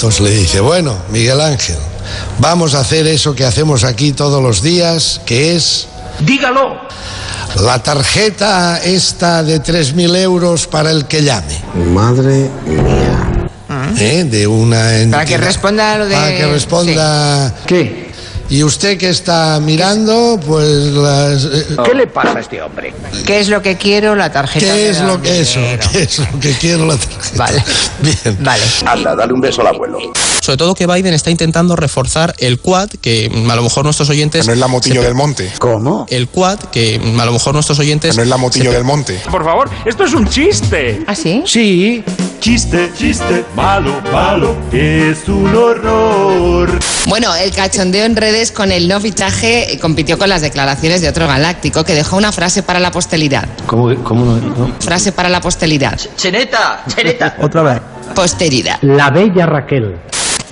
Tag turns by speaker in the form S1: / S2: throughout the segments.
S1: Entonces le dice, bueno, Miguel Ángel, vamos a hacer eso que hacemos aquí todos los días, que es...
S2: Dígalo.
S1: La tarjeta esta de 3.000 euros para el que llame.
S3: Madre mía.
S1: ¿Eh? De una entidad.
S4: Para que responda a lo de...
S1: Para que responda...
S3: ¿Qué?
S1: Y usted que está mirando, pues... las- eh,
S2: ¿Qué le pasa a este hombre?
S4: ¿Qué es lo que quiero? La tarjeta.
S1: ¿Qué
S4: me
S1: es
S4: da
S1: lo que eso?
S4: dinero.
S1: ¿Qué es lo que quiero la tarjeta?
S4: Vale.
S1: Bien.
S4: Vale.
S2: Anda, dale un beso al abuelo.
S5: Sobre todo que Biden está intentando reforzar el Quad, que mm, a lo mejor nuestros oyentes.
S6: No es la motillo
S5: se-
S6: del monte.
S3: ¿Cómo?
S5: El Quad, que mm, a lo mejor nuestros oyentes.
S6: No es la motillo
S5: se-
S6: del monte.
S7: Por favor, esto es un chiste.
S4: ¿Ah, sí?
S7: Sí. Chiste, chiste, malo, malo, es un horror.
S8: Bueno, el cachondeo en redes con el no fichaje eh, compitió con las declaraciones de otro galáctico que dejó una frase para la posteridad.
S9: ¿Cómo, cómo no,
S8: Frase para la posteridad.
S2: Cheneta, cheneta.
S9: Otra vez.
S8: Posteridad.
S9: La bella Raquel.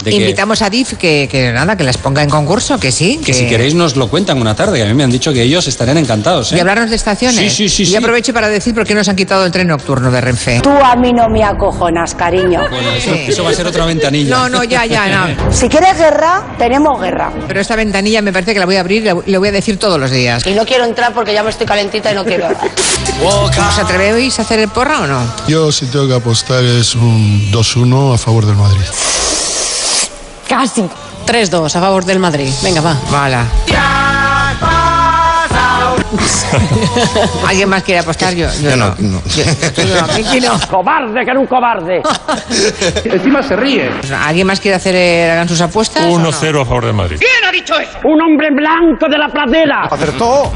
S4: Invitamos a DIF que, que nada, que las ponga en concurso, que sí.
S9: Que si queréis nos lo cuentan una tarde, que a mí me han dicho que ellos estarían encantados. ¿eh?
S4: Y hablarnos de estaciones.
S9: Sí, sí, sí,
S4: Y
S9: sí.
S4: aprovecho para decir por qué nos han quitado el tren nocturno de Renfe.
S10: Tú a mí no me acojonas, cariño.
S9: Bueno, eso,
S4: Sí.
S9: eso va a ser otra ventanilla.
S4: No, no, ya, ya, no.
S10: Si quieres guerra, tenemos guerra.
S4: Pero esta ventanilla me parece que la voy a abrir y la- le voy a decir todos los días.
S10: Y no quiero entrar porque ya me estoy calentita y no quiero.
S4: ¿Os atrevéis a hacer el porra o no?
S1: Yo si tengo que apostar es un 2-1 a favor del Madrid.
S10: Casi. 3-2 a favor del Madrid. Venga, va.
S4: Vale. ¿Alguien más quiere apostar? Yo, yo
S1: Yo no, no.
S4: Yo- tú no, Miki no.
S2: ¡Cobarde, que era un cobarde! Encima se ríe.
S4: ¿Alguien más quiere hacer eh, hagan sus apuestas? o no?
S7: 1-0 a favor del Madrid.
S2: ¡Un hombre blanco de la pradera!
S6: ¿Acertó?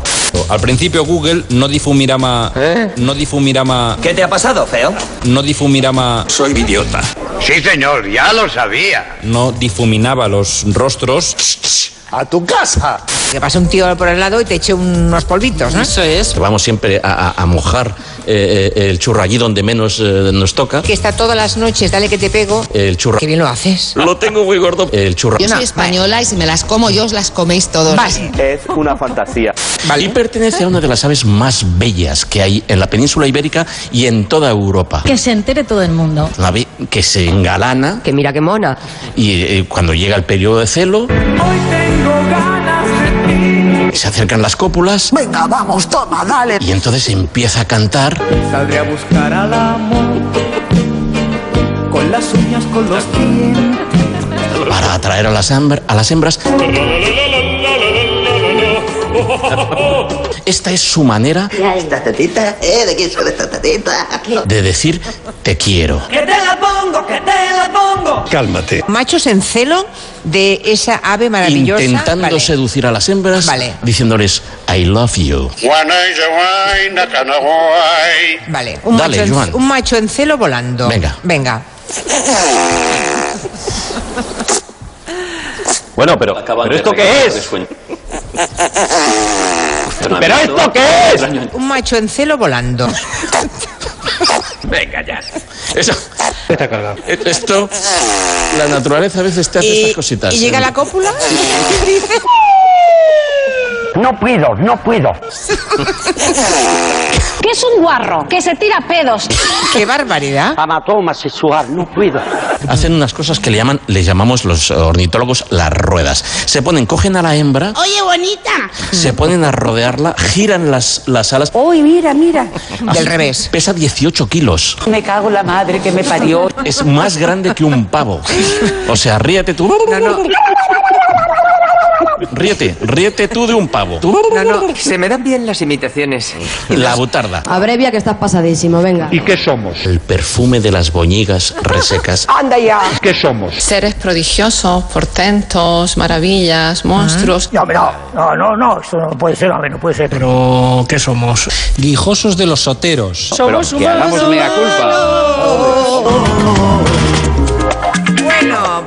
S5: Al principio Google no difumirá más. No difumirá más.
S2: ¿Eh? ¿Qué te ha pasado, feo?
S5: No difumirá más. Soy idiota.
S2: Sí, señor, ya lo sabía.
S5: No difuminaba los rostros.
S3: ¡A tu casa!
S4: Que pase un tío por el lado y te eche unos polvitos, ¿no?
S5: Eso es.
S9: Vamos siempre a, mojar eh, el churro allí donde menos eh, nos toca.
S4: Que está todas las noches, dale que te pego.
S9: El churro.
S4: Que bien lo haces.
S9: Lo tengo muy gordo. El churro.
S8: Yo
S4: no,
S8: soy española y si me las como yo, os las coméis todos.
S4: Vale.
S2: Es una fantasía.
S9: Y pertenece a una de las aves más bellas que hay en la península ibérica y en toda Europa.
S10: Que se entere todo el mundo.
S9: Una ave que se engalana
S10: Que mira qué mona.
S9: y eh, cuando llega el periodo de celo... Se acercan las cópulas. Venga, vamos, toma, dale. Y entonces empieza a cantar.
S7: Saldré a buscar al amor con las uñas, con los pies.
S9: para atraer a las, hembr- a las hembras. Esta es su manera
S3: Esta tetita, ¿eh? ¿De quién son esta tetita?
S9: de decir te quiero.
S6: Cálmate.
S4: Machos en celo de esa ave maravillosa.
S9: Intentando
S4: Vale.
S9: seducir a las hembras,
S4: Vale.
S9: diciéndoles I love you.
S4: Vale, un,
S9: Dale,
S4: macho
S9: Joan.
S4: en, un macho en celo volando.
S9: Venga.
S4: Venga.
S2: Bueno, pero, ¿pero esto qué es? ¿Pero esto qué es?
S4: Un macho en celo volando.
S2: Venga ya.
S9: Eso. Esto. La naturaleza a veces te hace
S4: y,
S9: estas cositas.
S4: y llega
S9: ¿eh?
S4: la cópula y dice.
S2: No puedo, no puedo.
S10: Que es un guarro, que se tira pedos.
S4: ¡Qué barbaridad!
S2: Amatoma sexual, no puedo.
S9: Hacen unas cosas que le llaman, les llamamos los ornitólogos las ruedas. Se ponen, cogen a la hembra.
S10: Oye, bonita.
S9: se ponen a rodearla, giran las, las alas.
S10: Uy, mira, mira.
S4: Del revés.
S9: Pesa 18 kilos.
S10: Me cago en la madre que me parió.
S9: Es más grande que un pavo. O sea, ríete tú.
S4: No, no,
S9: Ríete, ríete tú de un pavo. Tú.
S4: no, no.
S2: Se me dan bien las imitaciones.
S9: La butarda.
S10: Abrevia que estás pasadísimo, venga.
S7: ¿Y qué somos?
S9: El perfume de las boñigas resecas.
S10: Anda ya.
S7: ¿Qué somos?
S8: Seres prodigiosos, portentos, maravillas, monstruos.
S2: No, no, no, eso no puede ser, hombre, no puede ser.
S5: Pero, ¿qué somos? Guijosos de los soteros.
S2: Somos humanos.
S4: Bueno,